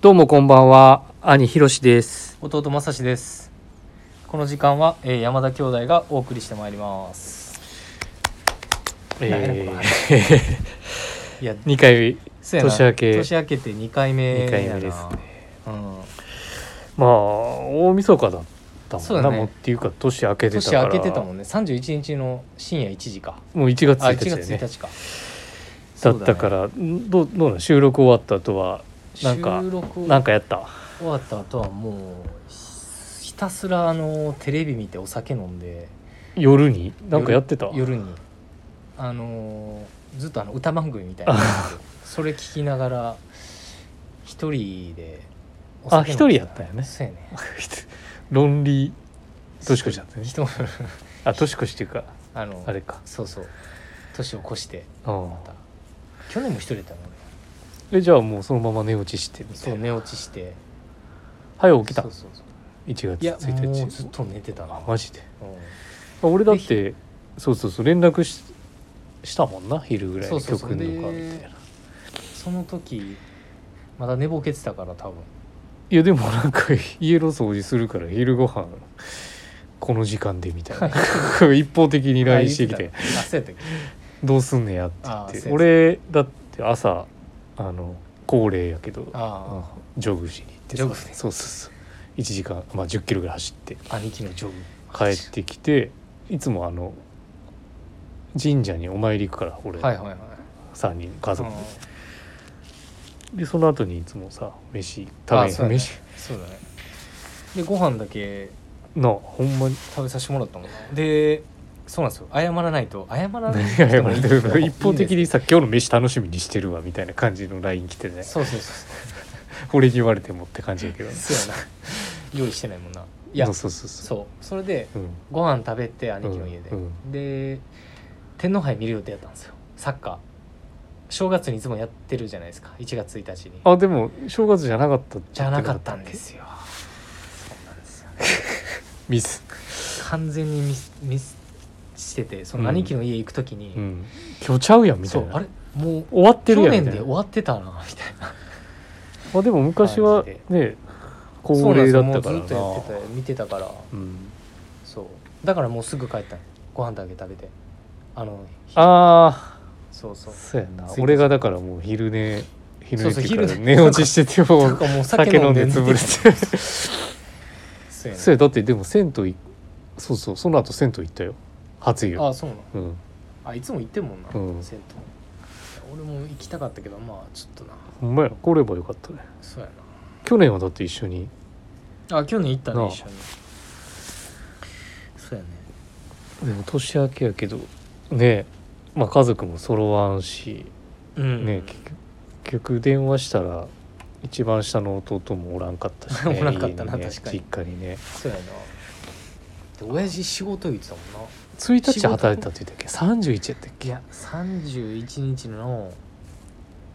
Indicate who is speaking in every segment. Speaker 1: どうもこんばんは兄ひろしです
Speaker 2: 弟まさしですこの時間は、えー山田兄弟がお送りしてまいります
Speaker 1: え
Speaker 2: 長いのか
Speaker 1: ー、
Speaker 2: いや
Speaker 1: 2回
Speaker 2: そうやな
Speaker 1: 年明け
Speaker 2: 年明けて2回目
Speaker 1: 2回
Speaker 2: や
Speaker 1: 目
Speaker 2: な
Speaker 1: ですね
Speaker 2: うん、
Speaker 1: まあ大晦日だったも
Speaker 2: そうんだ
Speaker 1: な、
Speaker 2: ね
Speaker 1: もうっていうか年明けてた
Speaker 2: 年
Speaker 1: から
Speaker 2: 明けてたもんね31日の深夜1時か
Speaker 1: もう1月
Speaker 2: あ
Speaker 1: 1
Speaker 2: 1
Speaker 1: 日
Speaker 2: 月
Speaker 1: だよ
Speaker 2: 1
Speaker 1: ね
Speaker 2: 日か
Speaker 1: だ
Speaker 2: そう
Speaker 1: ったからんどうどうなん収録終わった後はなんか
Speaker 2: 収録
Speaker 1: なんかやった
Speaker 2: 終わった後はもうひひたすらあのテレビ見てお酒飲んで
Speaker 1: 夜になんかやってた
Speaker 2: 夜夜にあのーずっとあの歌番組み たいなのやっててそれ聞きながら一人でお酒飲んで
Speaker 1: あ一人やったんやね
Speaker 2: そうやね
Speaker 1: 論理年越しだったね
Speaker 2: 人も
Speaker 1: あ年越しっていうか
Speaker 2: あ の
Speaker 1: あれか
Speaker 2: そうそう年を越して
Speaker 1: うん
Speaker 2: また去年も一人やったの俺
Speaker 1: えじゃあもうそのまま寝落ちしてみた
Speaker 2: そ
Speaker 1: いうな
Speaker 2: 寝落ちして
Speaker 1: 早起きた
Speaker 2: そう
Speaker 1: 1
Speaker 2: そうそう
Speaker 1: 月
Speaker 2: いや
Speaker 1: 1
Speaker 2: もう
Speaker 1: 日
Speaker 2: ずっと寝てたな
Speaker 1: あマジで
Speaker 2: うん
Speaker 1: まあ俺だってそうそうそう連絡ししたもんな昼ぐらい
Speaker 2: そう
Speaker 1: に
Speaker 2: そうそう
Speaker 1: 曲のかみたい
Speaker 2: で
Speaker 1: な
Speaker 2: その時まだ寝ぼけてたから多分
Speaker 1: いやでもなんか家の掃除するから昼ご飯この時間でみたいな 一方的に LINE してきて
Speaker 2: あそうやったっけ
Speaker 1: 「どうすんねや」って言
Speaker 2: あー
Speaker 1: っ
Speaker 2: そう
Speaker 1: て
Speaker 2: や
Speaker 1: 俺だって朝あの恒例やけど
Speaker 2: ああ
Speaker 1: うんジョグしに行ってさ
Speaker 2: ジョグね
Speaker 1: そうそうそう1時間、まあ、1 0キロぐらい走って
Speaker 2: 兄貴のジョブ
Speaker 1: 帰ってきていつもあの神社にお参り行くから俺、
Speaker 2: はいはいはい
Speaker 1: 3人家族で
Speaker 2: うん
Speaker 1: でその後にいつもさ飯
Speaker 2: あ
Speaker 1: 食べ
Speaker 2: そうだね
Speaker 1: 飯
Speaker 2: そうだねでご飯だけ
Speaker 1: なほんまに
Speaker 2: 食べさせてもらったもんなでそうなんですよ謝らないと謝らな
Speaker 1: 何
Speaker 2: い
Speaker 1: が謝
Speaker 2: 人
Speaker 1: ら
Speaker 2: もい
Speaker 1: れ
Speaker 2: い
Speaker 1: て
Speaker 2: け
Speaker 1: る
Speaker 2: ど
Speaker 1: の一方的
Speaker 2: いいんで
Speaker 1: にさ今日の飯楽しみにしてるわみたいな感じの LINE 来てね
Speaker 2: すそうそうそう
Speaker 1: 俺に言われてもって感じだけどね
Speaker 2: そうやな用意してないもんないや
Speaker 1: そう
Speaker 2: そう
Speaker 1: そうそうう
Speaker 2: それで
Speaker 1: うん
Speaker 2: ご飯食べて兄貴の家で、
Speaker 1: うん
Speaker 2: で天皇杯見る予定やったんですよサッカー正月にいつもやってるじゃないですか1月1日に
Speaker 1: あでも正月じゃなかったて
Speaker 2: じゃなかったんですよそうなんですよ
Speaker 1: ミス
Speaker 2: 完全にミスミスしててそ
Speaker 1: うん
Speaker 2: の兄貴の家行く時に、
Speaker 1: うん今日ちゃうやんみた
Speaker 2: そ
Speaker 1: いうな
Speaker 2: あれもう
Speaker 1: 終わって
Speaker 2: 去
Speaker 1: るやん
Speaker 2: 年
Speaker 1: み
Speaker 2: で
Speaker 1: たい
Speaker 2: 終
Speaker 1: な
Speaker 2: わってたなみたいな
Speaker 1: あでも昔は
Speaker 2: 感
Speaker 1: ね恒例だったから
Speaker 2: そうなんですよもうずっとや
Speaker 1: な
Speaker 2: ってて見てたから
Speaker 1: うん
Speaker 2: そうだからもうすぐ帰ったのご飯だけ食べてあの日
Speaker 1: あ
Speaker 2: そうそ
Speaker 1: あ
Speaker 2: う
Speaker 1: そうやな
Speaker 2: すいません
Speaker 1: 俺がだからもう昼寝昼寝っていう
Speaker 2: そう
Speaker 1: か
Speaker 2: そう昼寝
Speaker 1: 寝落ちしてても
Speaker 2: なんかもう
Speaker 1: 酒飲んで潰れて
Speaker 2: そうやね
Speaker 1: そうやだってでも銭湯いそうそうその後銭湯行ったよ初湯
Speaker 2: あそうなの
Speaker 1: うん
Speaker 2: あいつも行ってんもんな、
Speaker 1: うん
Speaker 2: 銭湯俺も行きたかったけどまあちょっとな
Speaker 1: ほんまや来ればよかったね
Speaker 2: そうや
Speaker 1: 去年はだって一緒に
Speaker 2: なあ去年行った
Speaker 1: な
Speaker 2: ね
Speaker 1: あ
Speaker 2: 一緒にそうやね
Speaker 1: でも年明けやけどねまあ家族も揃わんし
Speaker 2: うん
Speaker 1: ね、結局結局電話したら一番下の弟 もおらんかったし、ね、
Speaker 2: おらんかったな
Speaker 1: 家ね
Speaker 2: 確かに
Speaker 1: 実家にね
Speaker 2: そうやなで親父仕事言ってたもんな
Speaker 1: 1日働いたって言ったっけ31やったっ
Speaker 2: い
Speaker 1: け
Speaker 2: や31日の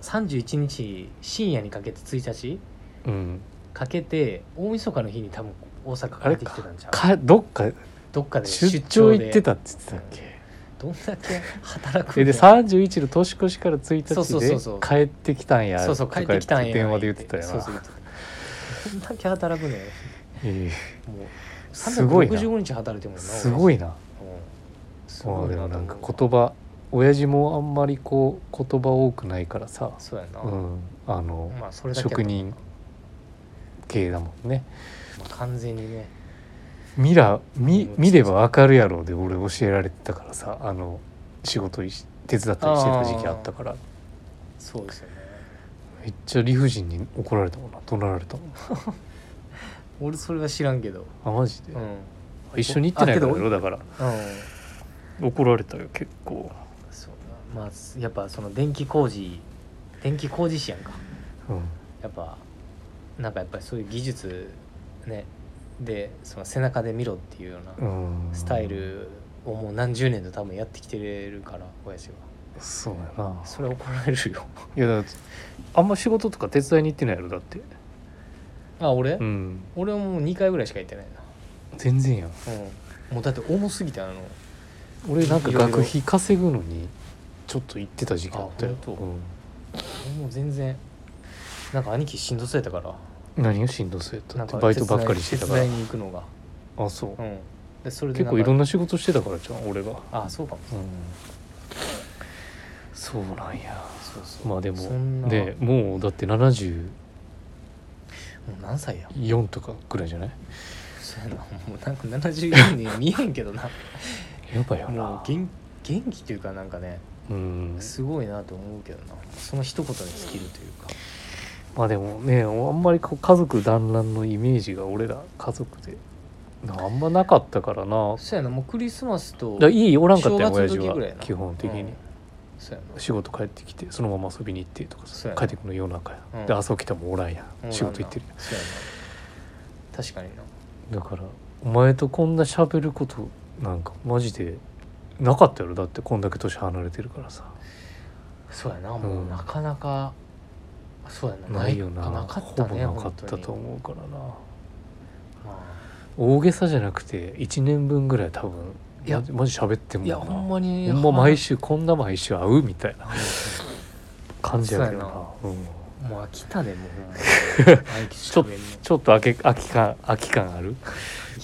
Speaker 2: 31日深夜にかけて1日
Speaker 1: うん
Speaker 2: かけて大晦日の日に多分大阪帰ってきてたんちゃう
Speaker 1: かどっか
Speaker 2: どっかで
Speaker 1: 出
Speaker 2: 出
Speaker 1: 張
Speaker 2: 張
Speaker 1: 行
Speaker 2: で
Speaker 1: ってたって言ってたっけ、
Speaker 2: どんだけ働く
Speaker 1: えで31の年越しから
Speaker 2: そうそうそう
Speaker 1: 1
Speaker 2: そう
Speaker 1: 日で帰ってきたんや
Speaker 2: そうそう
Speaker 1: と
Speaker 2: 帰
Speaker 1: か
Speaker 2: ってきたんや
Speaker 1: 電話で言ってたよな
Speaker 2: そうそう言ってたどんだけ働くね
Speaker 1: え
Speaker 2: もう
Speaker 1: すごいな
Speaker 2: 365日働い
Speaker 1: え
Speaker 2: てるもんな
Speaker 1: すごい
Speaker 2: な、
Speaker 1: な
Speaker 2: うんす
Speaker 1: ま
Speaker 2: ご
Speaker 1: あ
Speaker 2: い
Speaker 1: で
Speaker 2: な
Speaker 1: もなんか
Speaker 2: と思う
Speaker 1: 言葉親父もあんまりこう言葉多くないからさ、
Speaker 2: そうやな、
Speaker 1: うん、あの
Speaker 2: まあそれだけやと
Speaker 1: 職人系だもんね
Speaker 2: まあ完全にね
Speaker 1: 見ら見
Speaker 2: うん
Speaker 1: 見ればわかるやろうで俺教えられてたからさあの仕事いし手伝ったりしてた時期あったから
Speaker 2: そうですよね
Speaker 1: めっちゃ理不尽に怒られたもんな怒鳴られたもん
Speaker 2: 俺それは知らんけど
Speaker 1: あマジで、
Speaker 2: うん、うん、
Speaker 1: 一緒に行ってないから
Speaker 2: あけ
Speaker 1: よだから怒られたよ結構、
Speaker 2: そうだまあやっぱその電気工事電気工事士やんか
Speaker 1: うん、
Speaker 2: やっぱなんかやっぱりそういう技術ねでその背中で見ろっていうような
Speaker 1: うん
Speaker 2: スタイルをもう何十年と多分やってきてるから親父は
Speaker 1: そうやな
Speaker 2: それ怒られるよ
Speaker 1: いやだからあんま仕事とか手伝いに行ってないやろだって
Speaker 2: あ俺、
Speaker 1: うん
Speaker 2: 俺はもう2回ぐらいしか行ってない
Speaker 1: 全然やん
Speaker 2: なうんもうだって重すぎてあの
Speaker 1: 俺なんか
Speaker 2: いろいろ
Speaker 1: 学費稼ぐのにちょっと行ってた時期あったよ
Speaker 2: あ本当
Speaker 1: うん
Speaker 2: もう全然なんか兄貴しんどそうやったから
Speaker 1: 何がしんどそうやった
Speaker 2: な
Speaker 1: っ
Speaker 2: ん
Speaker 1: て
Speaker 2: か
Speaker 1: バイトばっかりしてたか
Speaker 2: 手
Speaker 1: ら
Speaker 2: 伝いに行くのが
Speaker 1: あそううん
Speaker 2: でそれで
Speaker 1: 結構いろん
Speaker 2: な
Speaker 1: な仕事してたからじゃん俺がうん
Speaker 2: かあそうかも
Speaker 1: そうなんや
Speaker 2: そうそう
Speaker 1: まあで
Speaker 2: そん
Speaker 1: も
Speaker 2: な
Speaker 1: でもうだって74
Speaker 2: もう何歳や
Speaker 1: とかぐらいじゃない
Speaker 2: そうやなもうなんか74には見えんけどな
Speaker 1: やばいよ
Speaker 2: もう
Speaker 1: な
Speaker 2: 元元気というかなんかね
Speaker 1: うん
Speaker 2: すごいなと思うけどなその一言に尽きるというか
Speaker 1: まあでもねあんまりこう家族団らんのイメージが俺ら家族でなあんまなかったからな
Speaker 2: そうやなもうクリスマスと
Speaker 1: だいいおらんかったよ
Speaker 2: 正
Speaker 1: 親
Speaker 2: 月
Speaker 1: 父
Speaker 2: の時ぐらい
Speaker 1: は
Speaker 2: な
Speaker 1: 基本的
Speaker 2: う
Speaker 1: に
Speaker 2: んそうやな
Speaker 1: 仕事帰ってきてそのまま遊びに行ってとか
Speaker 2: そう
Speaker 1: さ
Speaker 2: やな
Speaker 1: 帰ってくるの夜中や、
Speaker 2: うん
Speaker 1: で朝起きたらもうおらんや
Speaker 2: うん
Speaker 1: ん仕事行ってる
Speaker 2: そうやな確かにな
Speaker 1: だからお前とこんな喋ることなんかマジでなかったやろだってこんだけ年離れてるからさ
Speaker 2: そうやなもううんなかなか、そうやな
Speaker 1: ないよな
Speaker 2: なかったね
Speaker 1: ほぼなかったと
Speaker 2: 本
Speaker 1: 思うからな
Speaker 2: 当にま
Speaker 1: 大げさじゃなくて1年分ぐらい多分
Speaker 2: いや
Speaker 1: マジマジ喋って
Speaker 2: あ
Speaker 1: も
Speaker 2: いやほんまに
Speaker 1: ほんま毎
Speaker 2: 週
Speaker 1: 週こんな毎週会うみたいな感じやけどなうん
Speaker 2: もう飽き たでもうほんまに毎日
Speaker 1: ちょ
Speaker 2: 喋んの
Speaker 1: ちょっと飽き飽き感飽き感ある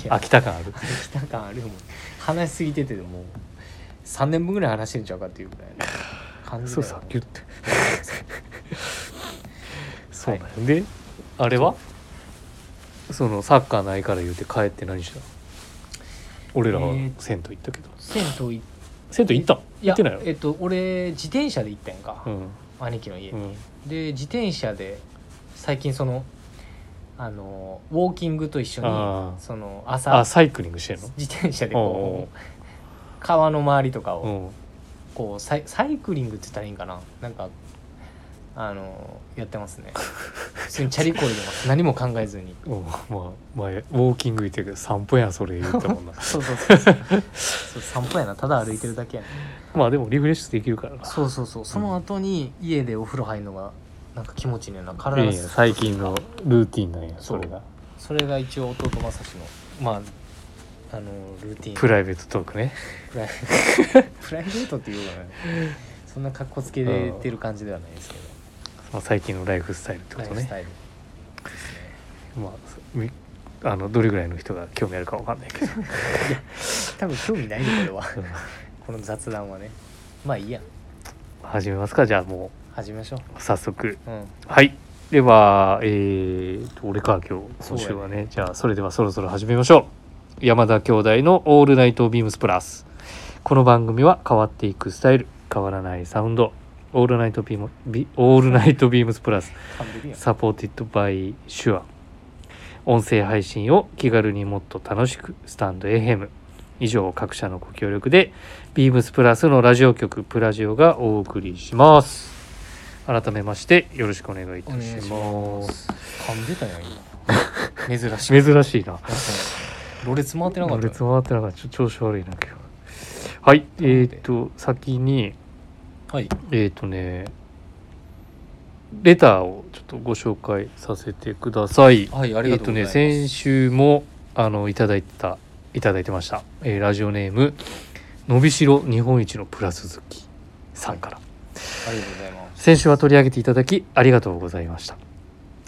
Speaker 2: いや
Speaker 1: 飽きた感ある
Speaker 2: 飽きた感あるもん話しすぎててもう3年分ぐらい話してんちゃうかっていうぐらいの感じ
Speaker 1: そ
Speaker 2: だ
Speaker 1: う
Speaker 2: よ
Speaker 1: さギュ
Speaker 2: ね
Speaker 1: ッてそうなんやであれはそのサッカーないから言うて帰って何したの俺らは
Speaker 2: えー
Speaker 1: 銭湯行ったけど
Speaker 2: 銭湯行っ
Speaker 1: 銭湯行ったん
Speaker 2: い
Speaker 1: 行
Speaker 2: や
Speaker 1: ってないよ
Speaker 2: えっと俺自転車で行ったやんか、
Speaker 1: うん
Speaker 2: 兄貴の家、
Speaker 1: うん
Speaker 2: で自転車で最近そのあのウォーキングと一緒
Speaker 1: あ
Speaker 2: に
Speaker 1: ー
Speaker 2: その朝
Speaker 1: あサイクリングしてんの
Speaker 2: 自転車で
Speaker 1: おうお
Speaker 2: こ
Speaker 1: う
Speaker 2: う川の周りとか
Speaker 1: う
Speaker 2: を
Speaker 1: ん
Speaker 2: こうサイサイクリングって言ったらいいんかななんかあのやってますね普通にチャリこいでます 何も考えずに
Speaker 1: うんまあ前ウォーキング行ってるけど散歩やんそれ言ったもんな
Speaker 2: そうそうそうそう そう散歩やなただ歩いてるだけやね
Speaker 1: まあでもリフレッシュできるからな
Speaker 2: そうそうそうその後に家でお風呂入るのがなんか気持ちいいねんな体
Speaker 1: い
Speaker 2: が
Speaker 1: いや最近のルーティンなんや
Speaker 2: そ
Speaker 1: そうれが
Speaker 2: それが一応弟正志のまああのルーティン
Speaker 1: プライベートトークね
Speaker 2: プ ライプライベートっていうかねそんな格好つけれてる感じではないですけど、
Speaker 1: まあ最近のライフスタイルってこ
Speaker 2: ライ
Speaker 1: と
Speaker 2: フスタ
Speaker 1: ね
Speaker 2: イルですね
Speaker 1: まあそみあのどれぐらいの人が興味あるかわかんない けど
Speaker 2: 多分興味ないよこれは
Speaker 1: うん
Speaker 2: この雑談はねまあいいや
Speaker 1: 始めますかじゃあも
Speaker 2: 始めましょ
Speaker 1: う早速
Speaker 2: ううん
Speaker 1: はいではえー、と俺か今日
Speaker 2: そう
Speaker 1: 今
Speaker 2: やね
Speaker 1: 週はねじゃあそれではそろそろ始めましょう山田兄弟の「オールナイトビームスプラス」この番組は変わっていくスタイル変わらないサウンド「オールナイトビームビオールナイトビームスプラス」
Speaker 2: 完璧やん
Speaker 1: サポーティッドバイシュア音声配信を気軽にもっと楽しくスタンド FM 以上各社のご協力でビームスプラスのラジオ局プラジオがお送りします改めましてよろしくお願いいたします
Speaker 2: お願いし噛んでたやん今 珍しい
Speaker 1: 珍しいな
Speaker 2: ろれつ回ってなかった
Speaker 1: 俺
Speaker 2: よ
Speaker 1: つ回ってなかったちょ調子悪いな今日はいえー、っと先に
Speaker 2: はい
Speaker 1: えー、とねレターをちょっとご紹介させてください
Speaker 2: はいありがとうございます、
Speaker 1: えっとね先週もあのいただいたいただいてました、えーラジオネームのびしろ日本一のプラス好きさんから、
Speaker 2: ありがとうございます
Speaker 1: 先週は取り上げていただきありがとうございました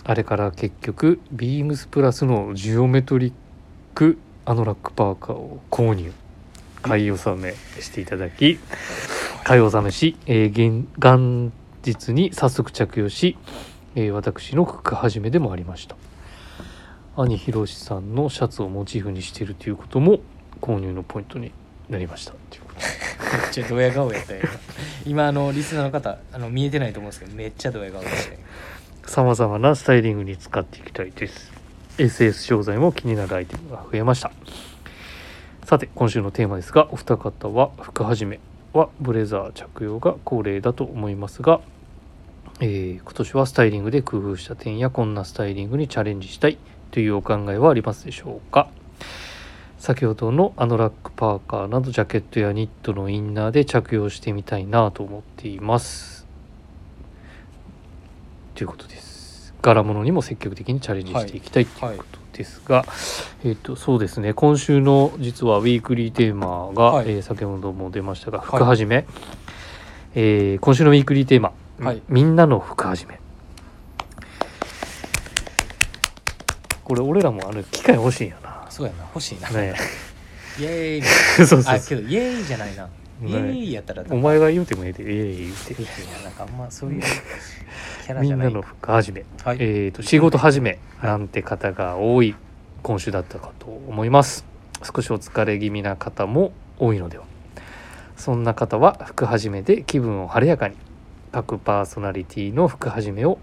Speaker 1: あれから結局ビームスプラスのジオメトリックあのラックパーカーを購入買い納めしていただき買い納めし、えー現元日に早速着用し、えー私の服始めでもありました兄ひろしさんのシャツをモチーフにしているということも購入のポイントになりましたということで
Speaker 2: めっちゃドヤ顔やったよ今あのリスナーの方あの見えてないと思うんですけどめっちゃドヤ顔でしたよ
Speaker 1: さまざまなスタイリングに使っていきたいです SS 商材も気になるアイテムが増えましたさて今週のテーマですがお二方は服始めはブレザー着用が恒例だと思いますが、えー今年はスタイリングで工夫した点やこんなスタイリングにチャレンジしたいというお考えはありますでしょうか先ほどのあのラックパーカーなどジャケットやニットのインナーで着用してみたいなと思っていますということです柄物にも積極的にチャレンジしていきたいということですが、えっ、とそうですね今週の実はウィークリーテーマが、
Speaker 2: はい
Speaker 1: えー先ほども出ましたが
Speaker 2: い
Speaker 1: 服始め、えー今週のウィークリーテーマ、
Speaker 2: はい
Speaker 1: みんなの服始めこれ俺らもあの機械欲しいんやな
Speaker 2: そうやな欲しいな、
Speaker 1: ね
Speaker 2: イエーイ
Speaker 1: そ うそうそう
Speaker 2: あけどイエーイじゃないな、イエーイやったらなんか
Speaker 1: お前が言うてもええでええ言うて
Speaker 2: いやいやなんかあんまそういうキャラ
Speaker 1: み
Speaker 2: じゃ
Speaker 1: ん
Speaker 2: な
Speaker 1: ないの服始め、
Speaker 2: はい、
Speaker 1: えー、と仕事始めなんて方が多い今週だったかと思います少しお疲れ気味な方も多いのではそんな方は服始めで気分を晴れやかに各パーソナリティの服始めを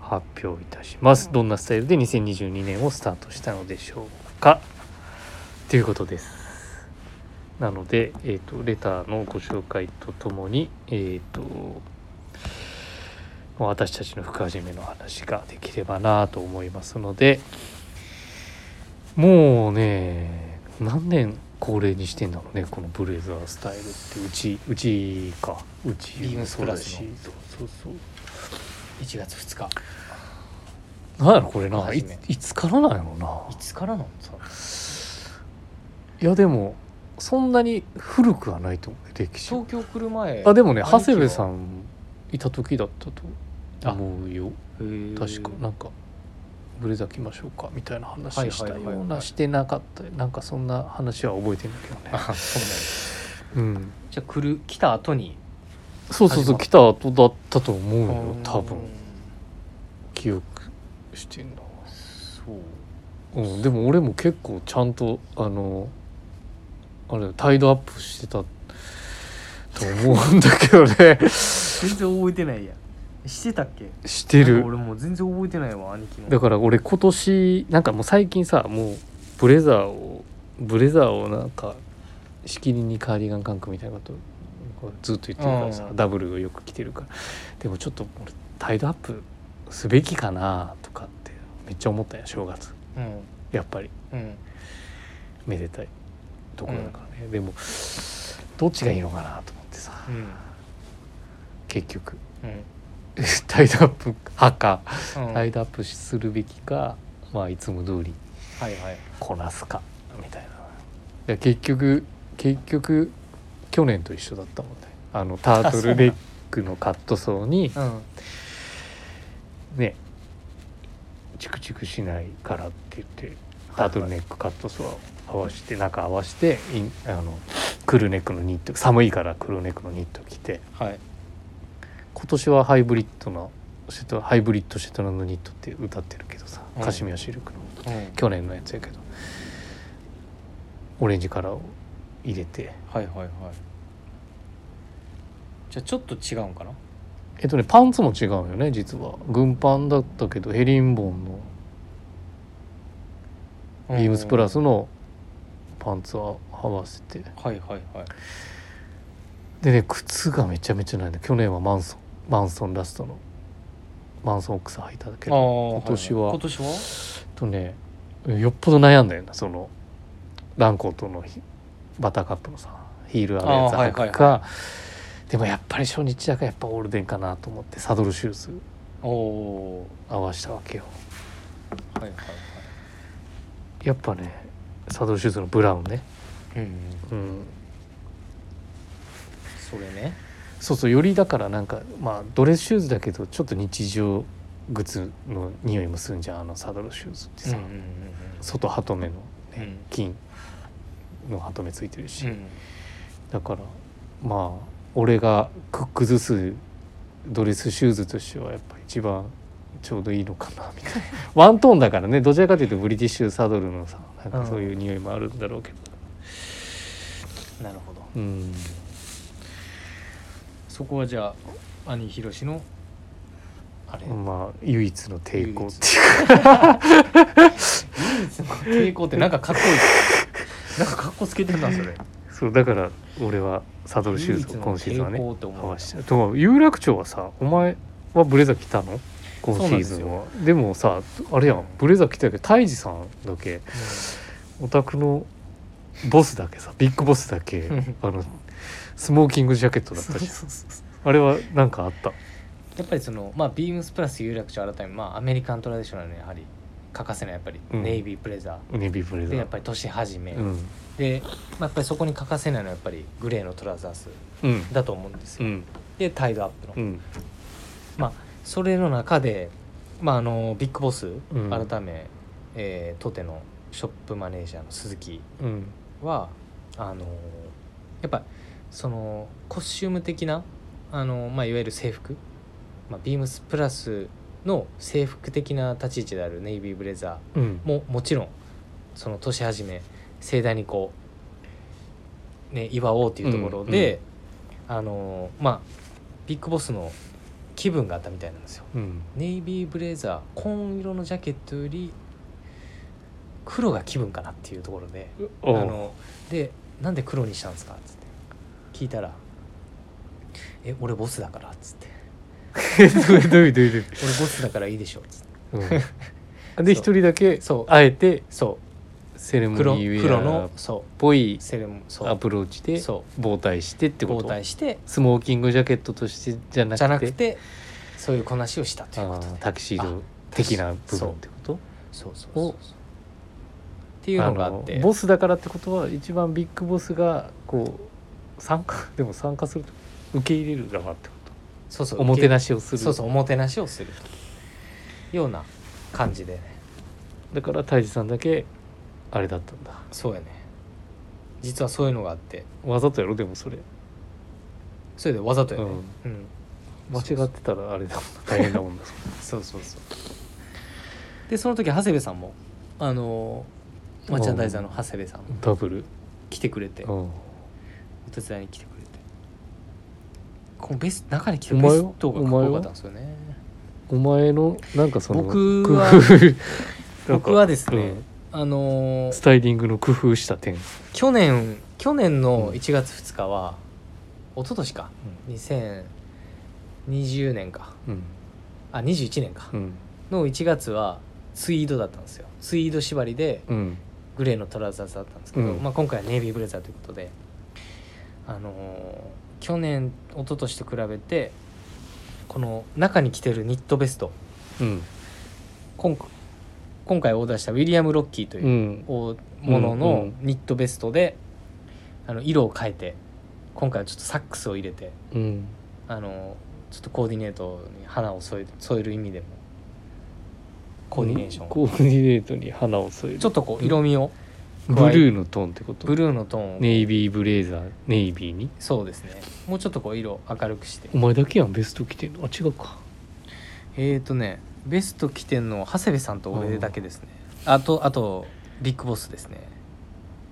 Speaker 1: 発表いたしますどんなスタイルで2022年をスタートしたのでしょうかということですなので、えー、とレターのご紹介とともに、えー、と私たちの福始めの話ができればなと思いますのでもうね何年恒例にしてんだろうねこのブレザースタイルってうちうちかうち
Speaker 2: ビームスプラス
Speaker 1: そ
Speaker 2: の
Speaker 1: うそうそう
Speaker 2: 1月2日
Speaker 1: なんやろこれな
Speaker 2: 初
Speaker 1: い
Speaker 2: め
Speaker 1: いつからなんやろない
Speaker 2: つからなんさ
Speaker 1: いやでもそんなに古くはないと思う歴史
Speaker 2: 東京来る前
Speaker 1: あでもね
Speaker 2: 兄貴は
Speaker 1: 長谷部さんいた時だったと思うよ
Speaker 2: へー
Speaker 1: 確かなんかブレザー着ましょうかみたいな
Speaker 2: はい
Speaker 1: 話し
Speaker 2: はい
Speaker 1: た
Speaker 2: は
Speaker 1: よ
Speaker 2: いはいう
Speaker 1: なしてなかったなんかそんな話は覚えてんだけどね
Speaker 2: あそうなんです
Speaker 1: うん
Speaker 2: じゃあ来る来た後に
Speaker 1: そうそうそう来た後だったと思うよ多分記憶してんのは
Speaker 2: そう
Speaker 1: うん、でも俺も結構ちゃんとあのあれタイドアップしてたと思うんだけどね
Speaker 2: 全然覚えてないやしてたっけ
Speaker 1: してる
Speaker 2: 俺もう全然覚えてないわ兄貴の
Speaker 1: だから俺今年なんかもう最近さもうブレザーをブレザーをなんかしきりにカーディガンカンクみたいなことこうずっと言ってるからさ、
Speaker 2: うん
Speaker 1: ダブルをよく着てるからでもちょっと俺タイドアップすべきかなとかってめっちゃ思ったんや正月
Speaker 2: うん
Speaker 1: やっぱり
Speaker 2: うん
Speaker 1: めでたいところだからね、でもどっちがいいのかなと思ってさ
Speaker 2: うん
Speaker 1: 結局
Speaker 2: うん
Speaker 1: タイドアップ派か、
Speaker 2: う
Speaker 1: タ
Speaker 2: んは
Speaker 1: イ
Speaker 2: い
Speaker 1: ドアップするべきかまあいつも通り
Speaker 2: はい
Speaker 1: こなすかみたいないや結局結局去年と一緒だったもんねあのタートルネックのカットソーに
Speaker 2: うん
Speaker 1: ねチクチクしないからって言ってタートルネックカットソーを合わせて中合わせてインあのクルーネックのニット寒いからクルーネックのニット着て
Speaker 2: はい
Speaker 1: 今年はハイブリッドのシェトハイブリッドシェトラのニットって歌ってるけどさ
Speaker 2: うん
Speaker 1: カシミヤシルクの
Speaker 2: うん
Speaker 1: 去年のやつやけどオレンジカラーを入れて
Speaker 2: はいはいはいじゃあちょっと違うんかな
Speaker 1: えっとねパンツも違うよね実は軍パンだったけどヘリンボンのビームスプラ
Speaker 2: ス
Speaker 1: スのパンツを合わせて
Speaker 2: はいはいはい
Speaker 1: でね靴がめちゃめちゃないの去年はマンソンマンソンラストのマンソンオックス履いたけ
Speaker 2: あ
Speaker 1: ど
Speaker 2: ー
Speaker 1: 今年はい
Speaker 2: い今年は
Speaker 1: えっとねよっぽど悩んだよなそのランコートのひバターカップのさヒールあるやつ
Speaker 2: あーはい
Speaker 1: 履くか、でもやっぱり初日だからやっぱオールデンかなと思ってサドルシューズ
Speaker 2: おお
Speaker 1: 合わしたわけよ
Speaker 2: ーはいはい
Speaker 1: やっぱねサドルシューズのブラウンね、
Speaker 2: はいうん
Speaker 1: うん、
Speaker 2: それね
Speaker 1: そうそうよりだからなんかまあドレスシューズだけどちょっと日常靴の匂いもするんじゃんあのサドルシューズってさ、
Speaker 2: うん
Speaker 1: 外ハトメの、
Speaker 2: う
Speaker 1: ね
Speaker 2: ん
Speaker 1: 金のハトメついてるし、
Speaker 2: うん
Speaker 1: だからまあ俺がく崩すドレスシューズとしてはやっぱ一番ちょうどいいのかなみたいなワントーンだからねどちらかというとブリティッシュサドルのさなんかそういう匂いもあるんだろうけど
Speaker 2: なるほど
Speaker 1: うん
Speaker 2: そこはじゃあ兄ひろしのあれ
Speaker 1: まあ唯一の抵抗っていう
Speaker 2: 抵抗ってなんかかっこい いなんかかっこつけてんなそれ
Speaker 1: そうだから俺はサドルシューズを今シーズンはね
Speaker 2: 唯一の抵抗って思う
Speaker 1: 合
Speaker 2: んだ
Speaker 1: わせてでも有楽町はさお前はブレザー着たの今シーズンはでもさあれやんブレザー着たけど泰治さんだけお宅のボスだけさビッグボスだ けあのスモーキングジャケットだったしあれはなんかあった
Speaker 2: やっぱりそのまあビームスプラス有楽町改めまあアメリカントラディショナルにやはり欠かせないやっぱり
Speaker 1: うん
Speaker 2: ネイビーブレザ
Speaker 1: ネビーブレ
Speaker 2: ー
Speaker 1: ザー
Speaker 2: でやっぱり年始め
Speaker 1: うん
Speaker 2: でまあやっぱりそこに欠かせないのはやっぱりグレーのトラウザース
Speaker 1: うん
Speaker 2: だと思うんです
Speaker 1: う
Speaker 2: よ
Speaker 1: ん
Speaker 2: でタイドアップの
Speaker 1: うん
Speaker 2: まあそれの中でまああのビッグボス
Speaker 1: うん
Speaker 2: 改めえー、トテのショップマネージャーの鈴木
Speaker 1: うん
Speaker 2: はあのーやっぱそのコスチューム的な、あのーまあ、いわゆる制服、まあ、ビームスプラスの制服的な立ち位置であるネイビーブレザ
Speaker 1: うん
Speaker 2: ーももちろんその年始め盛大にこう、ね、祝おうっていうところで、あのーまあビッグボスの気分があったみたいなんですよ。
Speaker 1: うん
Speaker 2: ネイビーブレザー紺色のジャケットより黒が気分かなっていうところであ
Speaker 1: おう
Speaker 2: ので「なんで黒にしたんですか?」っつって聞いたら「え俺ボスだから」っつって
Speaker 1: どういうどういうどういう
Speaker 2: 「俺ボスだからいいでしょ」っつって
Speaker 1: うんで一人だけ
Speaker 2: そう
Speaker 1: あえて
Speaker 2: そ
Speaker 1: セレ
Speaker 2: う
Speaker 1: モニ
Speaker 2: 黒
Speaker 1: ーウェ
Speaker 2: 黒
Speaker 1: ア
Speaker 2: の
Speaker 1: っ
Speaker 2: そ
Speaker 1: ぽいう
Speaker 2: セレモンそ
Speaker 1: ア
Speaker 2: う
Speaker 1: プローチで
Speaker 2: そ
Speaker 1: 防体してって
Speaker 2: う
Speaker 1: こ
Speaker 2: 交
Speaker 1: と
Speaker 2: 代して
Speaker 1: スモーキングジャケットとしてじゃなくて
Speaker 2: じゃなくてそういうこなしをしたという
Speaker 1: あ
Speaker 2: こと
Speaker 1: ー
Speaker 2: で
Speaker 1: タキシード的な部分ってこと
Speaker 2: そうそう
Speaker 1: を
Speaker 2: そうそうっていうのがあって
Speaker 1: のボスだからってことは一番ビッグボスがこう参加 でも参加すると受け入れる側ってこ
Speaker 2: そうそ
Speaker 1: とお
Speaker 2: う
Speaker 1: もてなしをする
Speaker 2: そうそうおもてなしをするとような感じでね
Speaker 1: だから泰治さんだけあれだったんだ
Speaker 2: そうやね実はそういうのがあって
Speaker 1: わざとやろでもそれ
Speaker 2: それでわざとやね、うん
Speaker 1: 間違ってたらあれだもんな大変だもんな
Speaker 2: そうそうそうでその時長谷部さんもあのーマーチャン ダイザーの長谷部さんも
Speaker 1: ダブル
Speaker 2: 来てくれて
Speaker 1: う
Speaker 2: お
Speaker 1: ん
Speaker 2: 手伝いに来てくれてこのベス中に来て
Speaker 1: お
Speaker 2: ベ
Speaker 1: 前は
Speaker 2: ストがかっこよかったんですよね
Speaker 1: お前のなんかその
Speaker 2: 僕
Speaker 1: 工夫
Speaker 2: は
Speaker 1: なんか
Speaker 2: 僕はですね
Speaker 1: うん
Speaker 2: あのー
Speaker 1: スタイリングの工夫した点
Speaker 2: 去年去年の1月2日は、一昨年か2020年か
Speaker 1: うん
Speaker 2: あ21年か、
Speaker 1: うん
Speaker 2: の1月はツイードだったんですよツイード縛りで
Speaker 1: うん
Speaker 2: グレーのトラウザーズだったんですけど、
Speaker 1: うん
Speaker 2: まあ、今回はネイビーブレザーということで、あのー去年一昨年と比べてこの中に着てるニットベスト
Speaker 1: うん
Speaker 2: 今今回オーダーしたウィリアム・ロッキーといううんおもの
Speaker 1: う
Speaker 2: の
Speaker 1: ん
Speaker 2: ニットベストで、あの色を変えて今回はちょっとサックスを入れて、
Speaker 1: うん
Speaker 2: あのーちょっとコーディネートに花を添え添える意味でもコーディネーションを
Speaker 1: コーディネートに花を添える
Speaker 2: ちょっとこう色味を
Speaker 1: ブルーのトーンってこと
Speaker 2: ブルーのトーンを
Speaker 1: ネイビーブレーザーネイビーに
Speaker 2: そうですねもうちょっとこう色を明るくして
Speaker 1: お前だけやんベスト着てんのあ違うか
Speaker 2: えーとねベスト着てんのは長谷部さんと俺だけですねあとあとビッグボスですね